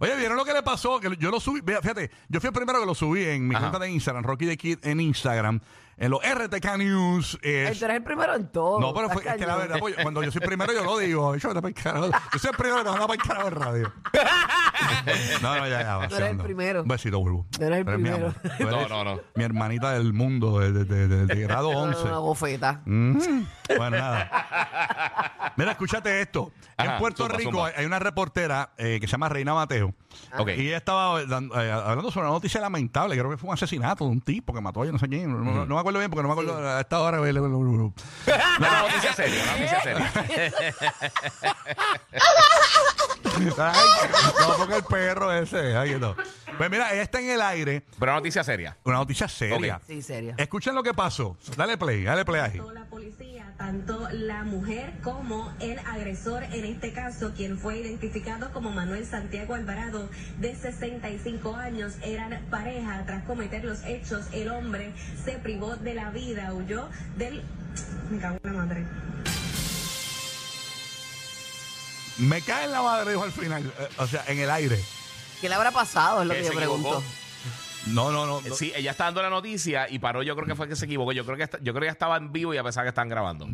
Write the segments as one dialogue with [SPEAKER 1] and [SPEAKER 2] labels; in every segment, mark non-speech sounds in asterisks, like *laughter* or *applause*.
[SPEAKER 1] Oye, ¿vieron lo que le pasó? Que yo lo subí, vea, fíjate, yo fui el primero que lo subí en mi cuenta de Instagram, Rocky de Kid en Instagram, en los RTK News. eh,
[SPEAKER 2] Ay, Tú eres el primero en todo.
[SPEAKER 1] no, pero
[SPEAKER 2] Estás
[SPEAKER 1] fue, es que la
[SPEAKER 2] cañón.
[SPEAKER 1] verdad, pues, cuando yo soy primero yo lo digo. Yo, vete pa'l carajo. Yo soy el primero que te manda para el carajo en
[SPEAKER 2] *laughs*
[SPEAKER 1] radio. No, no, ya, ya.
[SPEAKER 2] Tú eres
[SPEAKER 1] vacilando.
[SPEAKER 2] el primero.
[SPEAKER 1] Un besito, Bulbo.
[SPEAKER 2] Tú eres el
[SPEAKER 1] mi
[SPEAKER 2] primero.
[SPEAKER 1] amor. Tú
[SPEAKER 3] No,
[SPEAKER 1] eres
[SPEAKER 3] no,
[SPEAKER 1] *laughs*
[SPEAKER 3] no.
[SPEAKER 1] Mi hermanita del mundo de, de- de- de- de
[SPEAKER 2] *laughs*
[SPEAKER 1] grado
[SPEAKER 2] Te doy
[SPEAKER 1] 11.
[SPEAKER 2] Una bofeta.
[SPEAKER 1] Mm. Bueno, nada. Mira, escúchate esto. en
[SPEAKER 3] Ajá,
[SPEAKER 1] Puerto
[SPEAKER 3] zumba,
[SPEAKER 1] Rico
[SPEAKER 3] zumba. Ah.
[SPEAKER 1] hay- hay una reportera eh, que se llama Reina Mateo.
[SPEAKER 3] Ok.
[SPEAKER 1] Y ella estaba dando- eh, hablando sobre una noticia lamentable. Creo que fue un asesinato de un tipo que mató a yo no sé quién. No, no- no me acuerdo bien porque no me acuerdo a esta hora.
[SPEAKER 3] *laughs* No, no, noticia seria, una noticia seria.
[SPEAKER 1] Ay, no, porque el perro ese. Ay, no. Pues mira, ella está en el aire.
[SPEAKER 3] Pero una noticia seria.
[SPEAKER 1] Una noticia seria.
[SPEAKER 3] Ok.
[SPEAKER 2] Sí, serio.
[SPEAKER 1] Escuchen lo que pasó. Dale play, dale play ahí.
[SPEAKER 4] la policía, tanto la mujer como el agresor, en este caso, quien fue identificado como Manuel Santiago Alvarado, de 65 años, eran pareja. Tras cometer los hechos, el hombre se privó de la vida, huyó del... Me cago en la madre.
[SPEAKER 1] Me cae en la madre, dijo al final. Eh, o sea, en el aire.
[SPEAKER 2] ¿Qué le habrá pasado? Es lo
[SPEAKER 3] Que
[SPEAKER 2] que yo
[SPEAKER 3] se equivocó.
[SPEAKER 2] pregunto.
[SPEAKER 1] No, no, no. no.
[SPEAKER 3] Sí, ella está dando la noticia y paró. Yo creo que fue que se equivocó. Yo creo que, esta- yo creo que estaba en vivo y a pesar que están grabando.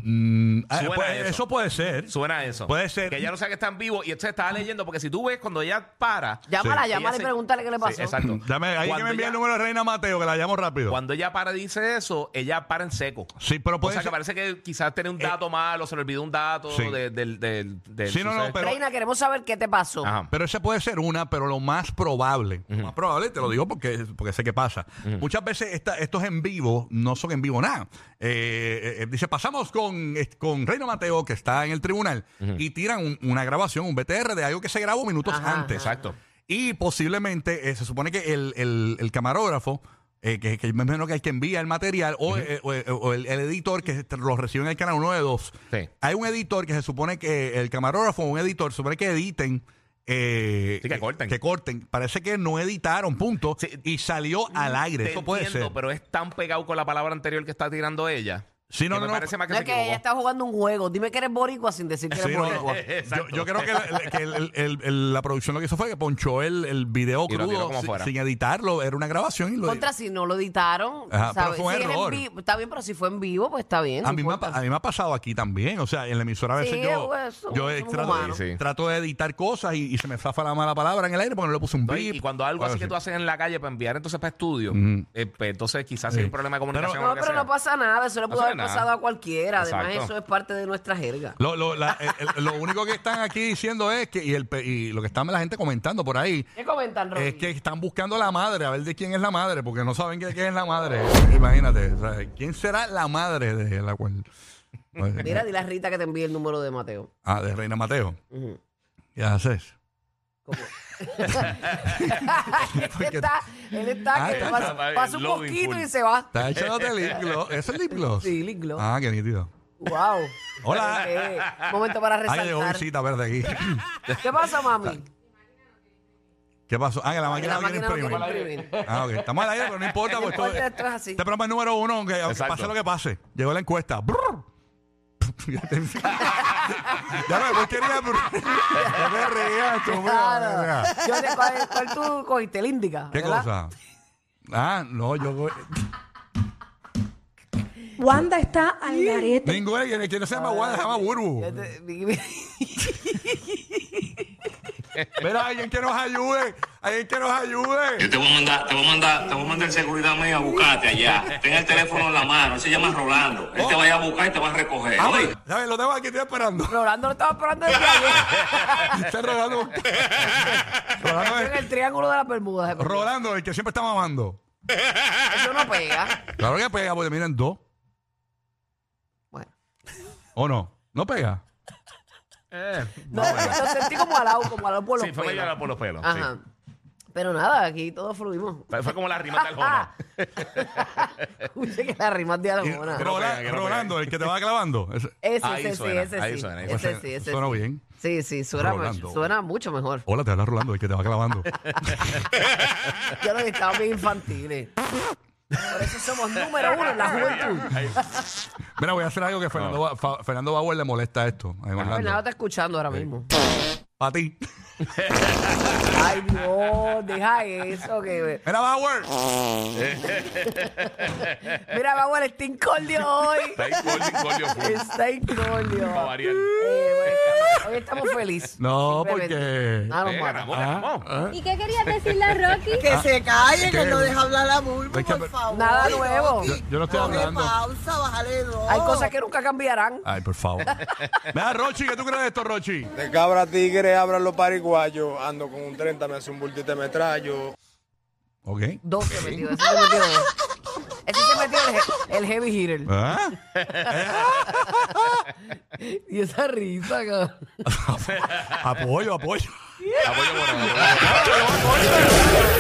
[SPEAKER 1] Ah,
[SPEAKER 3] Suena
[SPEAKER 1] pues, eso.
[SPEAKER 3] eso.
[SPEAKER 1] puede ser.
[SPEAKER 3] Suena a eso.
[SPEAKER 1] Puede ser.
[SPEAKER 3] Que ella no sabe que está en vivo y entonces estaba leyendo. Porque si tú ves cuando ella para.
[SPEAKER 2] Llámala,
[SPEAKER 3] ella
[SPEAKER 2] llámala y
[SPEAKER 3] se-
[SPEAKER 2] pregúntale qué le
[SPEAKER 3] Sí,
[SPEAKER 2] pasó.
[SPEAKER 3] exacto.
[SPEAKER 1] *laughs* Dame, ahí que
[SPEAKER 3] Cuando
[SPEAKER 1] me envía el
[SPEAKER 3] ella-
[SPEAKER 1] número de Reina Mateo, que la llamo rápido.
[SPEAKER 3] Cuando ella para y dice eso, ella para en seco.
[SPEAKER 1] Sí, pero
[SPEAKER 3] O
[SPEAKER 1] puede
[SPEAKER 3] sea, que
[SPEAKER 1] ser. Eh.
[SPEAKER 3] parece que quizás tiene un dato malo, se le olvidó un dato
[SPEAKER 1] Sí.
[SPEAKER 3] de- del, del, del
[SPEAKER 1] Sí, no, no,
[SPEAKER 3] suceso.
[SPEAKER 1] pero-
[SPEAKER 2] Reina, queremos saber qué te pasó.
[SPEAKER 3] Ajá.
[SPEAKER 1] Pero esa puede ser una, pero lo más probable. Lo más probable, te lo digo porque, porque sé que pasa. Muchas veces esta- estos en vivo no son en vivo nada. Eh, eh, eh, dice, pasamos con, eh, con Reino Mateo, que está en el tribunal, y tiran un- una grabación, un BTR de algo que se grabó minutos
[SPEAKER 2] Ajá,
[SPEAKER 1] antes.
[SPEAKER 3] Exacto.
[SPEAKER 1] Y posiblemente eh, se supone que el, el- el camarógrafo, eh, que, que me imagino que hay que envía el material, o, eh, o- eh, o el, el editor que te- lo recibe en el canal 1 de 2.
[SPEAKER 3] Sí.
[SPEAKER 1] Hay un editor que se supone que el camarógrafo o un editor se supone que editen. eh,
[SPEAKER 3] Sí, que corten.
[SPEAKER 1] Que corten. Parece que no editaron, punto.
[SPEAKER 3] Sí.
[SPEAKER 1] Y salió al aire.
[SPEAKER 3] Te
[SPEAKER 1] Eso puede
[SPEAKER 3] entiendo,
[SPEAKER 1] ser.
[SPEAKER 3] pero es tan pegado con la palabra anterior que está tirando ella.
[SPEAKER 1] Sí, no, no,
[SPEAKER 3] que me
[SPEAKER 1] no.
[SPEAKER 3] parece más que
[SPEAKER 2] No
[SPEAKER 3] se
[SPEAKER 2] es que ella
[SPEAKER 3] equivocó.
[SPEAKER 2] está jugando un juego. Dime que eres boricua sin decir que eres
[SPEAKER 1] Sí, no, no.
[SPEAKER 2] boricua.
[SPEAKER 3] *laughs*
[SPEAKER 1] yo,
[SPEAKER 3] Exacto.
[SPEAKER 1] yo creo que, la, que el- el- el- el- la producción lo que hizo fue que ponchó el, el video
[SPEAKER 3] Y lo tiró
[SPEAKER 1] crudo
[SPEAKER 3] como
[SPEAKER 1] sin,
[SPEAKER 3] fuera.
[SPEAKER 1] sin editarlo. Era una grabación y lo
[SPEAKER 2] Contra si no lo editaron.
[SPEAKER 1] Ajá, pero
[SPEAKER 2] ¿sabes?
[SPEAKER 1] fue un
[SPEAKER 2] Si es en
[SPEAKER 1] error.
[SPEAKER 2] vivo- está bien, pero si fue en vivo, pues está bien.
[SPEAKER 1] A
[SPEAKER 2] no
[SPEAKER 1] mí, me ha,
[SPEAKER 2] importa.
[SPEAKER 1] pa- a mí me ha pasado aquí también. O sea, en la emisora a veces
[SPEAKER 2] Sí,
[SPEAKER 1] yo,
[SPEAKER 2] pues, somos-
[SPEAKER 1] yo eh,
[SPEAKER 2] somos
[SPEAKER 1] trato,
[SPEAKER 2] humanos.
[SPEAKER 3] Sí, sí.
[SPEAKER 1] trato de editar cosas y, y se me zafa la mala palabra en el aire porque no le puse un
[SPEAKER 3] No, y-
[SPEAKER 1] beep.
[SPEAKER 3] Y cuando algo
[SPEAKER 1] Bueno,
[SPEAKER 3] así que
[SPEAKER 1] Pues, sí.
[SPEAKER 3] tú haces en la calle para enviar entonces para estudio, eh, pues, entonces quizás
[SPEAKER 1] Sí.
[SPEAKER 3] hay un problema de comunicación.
[SPEAKER 1] Pero-
[SPEAKER 3] o
[SPEAKER 2] No,
[SPEAKER 3] lo que
[SPEAKER 2] pero
[SPEAKER 3] sea.
[SPEAKER 2] no pasa nada. Eso le
[SPEAKER 3] No
[SPEAKER 2] pudo
[SPEAKER 3] pasa
[SPEAKER 2] haber
[SPEAKER 3] nada.
[SPEAKER 2] pasado a cualquiera. Además,
[SPEAKER 3] Exacto.
[SPEAKER 2] eso es parte de nuestra jerga.
[SPEAKER 1] Lo, lo- la- el- el- lo único que están aquí diciendo es que, y, el, pe- y lo que está la gente comentando por ahí,
[SPEAKER 2] ¿Qué comentan, Rocky?
[SPEAKER 1] es que están buscando la madre, a ver de quién es la madre, porque no saben de quién es la madre. Imagínate, o sea, ¿quién será la madre de la cual? *laughs*
[SPEAKER 2] Mira, dile a Rita que te envíe el número de Mateo.
[SPEAKER 1] Ah, de Reina Mateo.
[SPEAKER 2] Ujú.
[SPEAKER 1] ¿Qué haces?
[SPEAKER 2] ¿Cómo? él está, él está
[SPEAKER 1] Ah,
[SPEAKER 2] que
[SPEAKER 1] está-
[SPEAKER 2] pasa,
[SPEAKER 3] está-
[SPEAKER 2] pasa un
[SPEAKER 3] loving
[SPEAKER 2] poquito
[SPEAKER 3] full.
[SPEAKER 2] y se va.
[SPEAKER 1] Estás echándote lip gloss. ¿Eso es lip gloss?
[SPEAKER 2] Sí, Lil Glow.
[SPEAKER 1] Ah, qué nítido.
[SPEAKER 2] Wow.
[SPEAKER 1] Hola.
[SPEAKER 2] Eh, momento para
[SPEAKER 1] Ay, llegó
[SPEAKER 2] resaltar.
[SPEAKER 1] visita verde
[SPEAKER 2] *laughs*
[SPEAKER 1] aquí.
[SPEAKER 2] ¿Qué pasa, mami?
[SPEAKER 1] ¿Qué pasó? Ah, que la
[SPEAKER 2] Que
[SPEAKER 1] máquina
[SPEAKER 2] la
[SPEAKER 1] no quiere
[SPEAKER 2] máquina no quiere
[SPEAKER 1] imprimir.
[SPEAKER 2] imprimir.
[SPEAKER 1] Ah, ok. Estamos al aire, pero no
[SPEAKER 2] *laughs*
[SPEAKER 1] importa.
[SPEAKER 2] No
[SPEAKER 1] porque
[SPEAKER 2] importa,
[SPEAKER 1] esto-
[SPEAKER 2] esto es así.
[SPEAKER 1] Este programa es número uno, aunque, aunque
[SPEAKER 3] Exacto.
[SPEAKER 1] pase lo que pase. Llegó la encuesta. *laughs* Brr. *laughs* ya no, ¿por qué ni la- *laughs* No te rías, tú, mira, mira.
[SPEAKER 2] Claro. Yo te, ¿cuál, cuál tú cogiste? El Índica.
[SPEAKER 1] ¿Qué
[SPEAKER 2] ¿verdad?
[SPEAKER 1] cosa? Ah, no, yo...
[SPEAKER 5] Wanda está al garete.
[SPEAKER 1] Ninguna, quien quien no se llama Wanda, se llama Burbu.
[SPEAKER 2] Yo te- mi- mi-
[SPEAKER 1] Mira, alguien que nos ayude. Alguien que nos ayude.
[SPEAKER 6] Yo te voy a mandar, te voy a mandar, te voy a mandar el seguridad mío a buscarte allá. Ten el teléfono en la mano, él se llama Rolando. Él te vaya a buscar y te va a recoger.
[SPEAKER 1] Ah,
[SPEAKER 6] ¿oíste?
[SPEAKER 1] ¿Sabes? Lo tengo aquí, estoy esperando. *laughs*
[SPEAKER 2] Rolando lo estaba esperando desde ayer.
[SPEAKER 1] Está *laughs* Rolando. Rolando,
[SPEAKER 2] en el triángulo de las Bermudas.
[SPEAKER 1] el- Rolando, el que siempre está mamando.
[SPEAKER 2] Eso no pega.
[SPEAKER 1] Claro que pega, porque miren dos.
[SPEAKER 2] Bueno.
[SPEAKER 1] ¿O no? ¿No pega?
[SPEAKER 3] Eh,
[SPEAKER 1] Eh,
[SPEAKER 2] No, lo sentí como al lado, como al lado por los
[SPEAKER 3] sí, fue
[SPEAKER 2] pelos.
[SPEAKER 3] medio por los pelos. sí.
[SPEAKER 2] Ajá. Pero nada, aquí todos fluimos.
[SPEAKER 3] Fue fue como la rima
[SPEAKER 2] *laughs*
[SPEAKER 3] de Arjona.
[SPEAKER 2] Escuche que la rimas de
[SPEAKER 1] Y
[SPEAKER 2] Arjona.
[SPEAKER 1] Rola-
[SPEAKER 3] pegar, que no
[SPEAKER 1] Rolando, el que te va clavando. Ese,
[SPEAKER 2] Ese,
[SPEAKER 3] Ahí
[SPEAKER 2] ese
[SPEAKER 3] suena,
[SPEAKER 2] sí, ese
[SPEAKER 3] ahí
[SPEAKER 2] sí.
[SPEAKER 3] suena, ahí
[SPEAKER 2] ese
[SPEAKER 1] suena.
[SPEAKER 2] sí, ese
[SPEAKER 1] Suena
[SPEAKER 2] sí.
[SPEAKER 1] bien.
[SPEAKER 2] Sí, sí, suena,
[SPEAKER 1] Rolando.
[SPEAKER 2] suena mucho mejor.
[SPEAKER 1] Hola, te habla Rolando, el que te va clavando.
[SPEAKER 2] Yo los estaba bien infantiles. Por eso somos número uno en la juventud.
[SPEAKER 1] Mira, voy a hacer algo que Fernando, Ba- Fa- Fernando Bauer le molesta esto. a Rolando.
[SPEAKER 2] Fernando está escuchando ahora mismo.
[SPEAKER 1] Pa' ti.
[SPEAKER 2] Ay, Dios, deja eso. que
[SPEAKER 1] Mira, Bauer.
[SPEAKER 2] Mira, vamos al está incordio hoy.
[SPEAKER 3] Está ahí Colio, Colio, full,
[SPEAKER 2] Está incordio.
[SPEAKER 3] para variar.
[SPEAKER 2] Eh, hoy estamos- Hoy estamos felices.
[SPEAKER 1] No,
[SPEAKER 2] Simplemente.
[SPEAKER 1] porque-
[SPEAKER 2] Ah, nos
[SPEAKER 3] Eh,
[SPEAKER 2] matamos.
[SPEAKER 3] ganamos, ganamos.
[SPEAKER 7] ¿Y qué querías decirle a Rocky?
[SPEAKER 8] Que se calle, que
[SPEAKER 1] ¿qué?
[SPEAKER 8] no deja hablar a Bulbo,
[SPEAKER 1] Es que-
[SPEAKER 8] por favor.
[SPEAKER 2] Nada nuevo.
[SPEAKER 1] Yo, yo no estoy
[SPEAKER 8] Coge
[SPEAKER 1] hablando.
[SPEAKER 8] pausa, bájale dos.
[SPEAKER 2] Hay cosas que nunca cambiarán.
[SPEAKER 1] Ay, por favor. Mira, Rochi, ¿qué tú crees de esto, Rochi?
[SPEAKER 9] De cabra tigre abran los pariguayos. Ando con un 30, me hace un bultito de metrallo.
[SPEAKER 1] Ok.
[SPEAKER 2] 12 metido. Ese se metió. Ese se metió el, he- el heavy hitter.
[SPEAKER 1] ¿Ah? *laughs*
[SPEAKER 2] Y esa risa, cabrón.
[SPEAKER 1] apoyo, apoyo.
[SPEAKER 3] Apoyo Morales.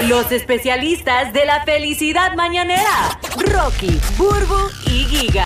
[SPEAKER 7] Los especialistas de la felicidad mañanera, Rocky, Burbu y Giga.